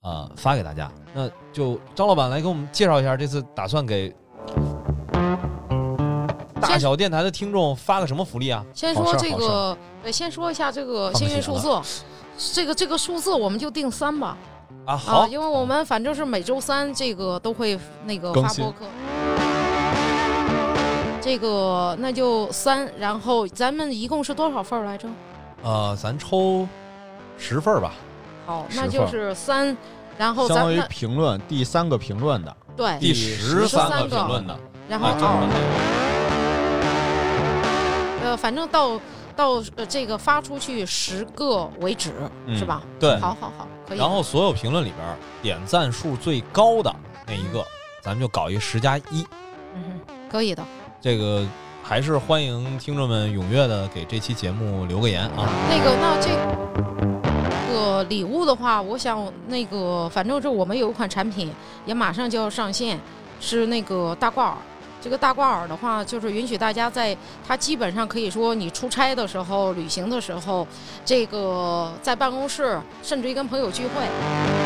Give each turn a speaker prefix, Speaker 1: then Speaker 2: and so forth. Speaker 1: 啊、发给大家。那就张老板来给我们介绍一下，这次打算给大小电台的听众发个什么福利啊？
Speaker 2: 先
Speaker 3: 好
Speaker 2: 说
Speaker 3: 事儿
Speaker 2: 这
Speaker 3: 好事
Speaker 2: 个，对，先说一下这个
Speaker 1: 放
Speaker 2: 幸运
Speaker 1: 血
Speaker 2: 数
Speaker 1: 了
Speaker 2: 字，这个这个数字我们就定三吧，
Speaker 1: 啊，
Speaker 2: 啊，
Speaker 1: 好，
Speaker 2: 因为我们反正是每周三这个都会那个
Speaker 3: 更
Speaker 2: 发
Speaker 3: 新
Speaker 2: 播客。这个那就三，然后咱们一共是多少份儿来着？
Speaker 1: 呃，咱抽十份儿吧。
Speaker 2: 好，
Speaker 3: 十
Speaker 2: 那
Speaker 3: 份
Speaker 2: 就
Speaker 3: 儿
Speaker 2: 是三，然后
Speaker 3: 相
Speaker 2: 咱
Speaker 3: 当于
Speaker 2: 那
Speaker 3: 评论第三个评论的，
Speaker 2: 对，
Speaker 1: 第
Speaker 3: 十
Speaker 1: 十
Speaker 2: 三
Speaker 1: 三
Speaker 2: 个
Speaker 1: 个评论的，
Speaker 2: 然后
Speaker 1: 啊，中文
Speaker 2: 二，
Speaker 1: 的
Speaker 2: 呃，反正到到呃这个发出去十个为止，
Speaker 3: 嗯
Speaker 2: 是吧？
Speaker 1: 对。
Speaker 2: 好好好，可以。
Speaker 1: 然后所有评论里边儿点赞数最高的那一个，咱们就搞一十加一。
Speaker 2: 嗯哼，可以的。
Speaker 1: 这个还是欢迎听众们踊跃的给这期节目留个言啊。
Speaker 2: 那个，那这个礼物的话，我想那个，反正是我们有一款产品也马上就要上线，是那个大挂耳。这个大挂耳的话，就是允许大家在它基本上可以说你出差的时候、旅行的时候，这个在办公室，甚至于跟朋友聚会，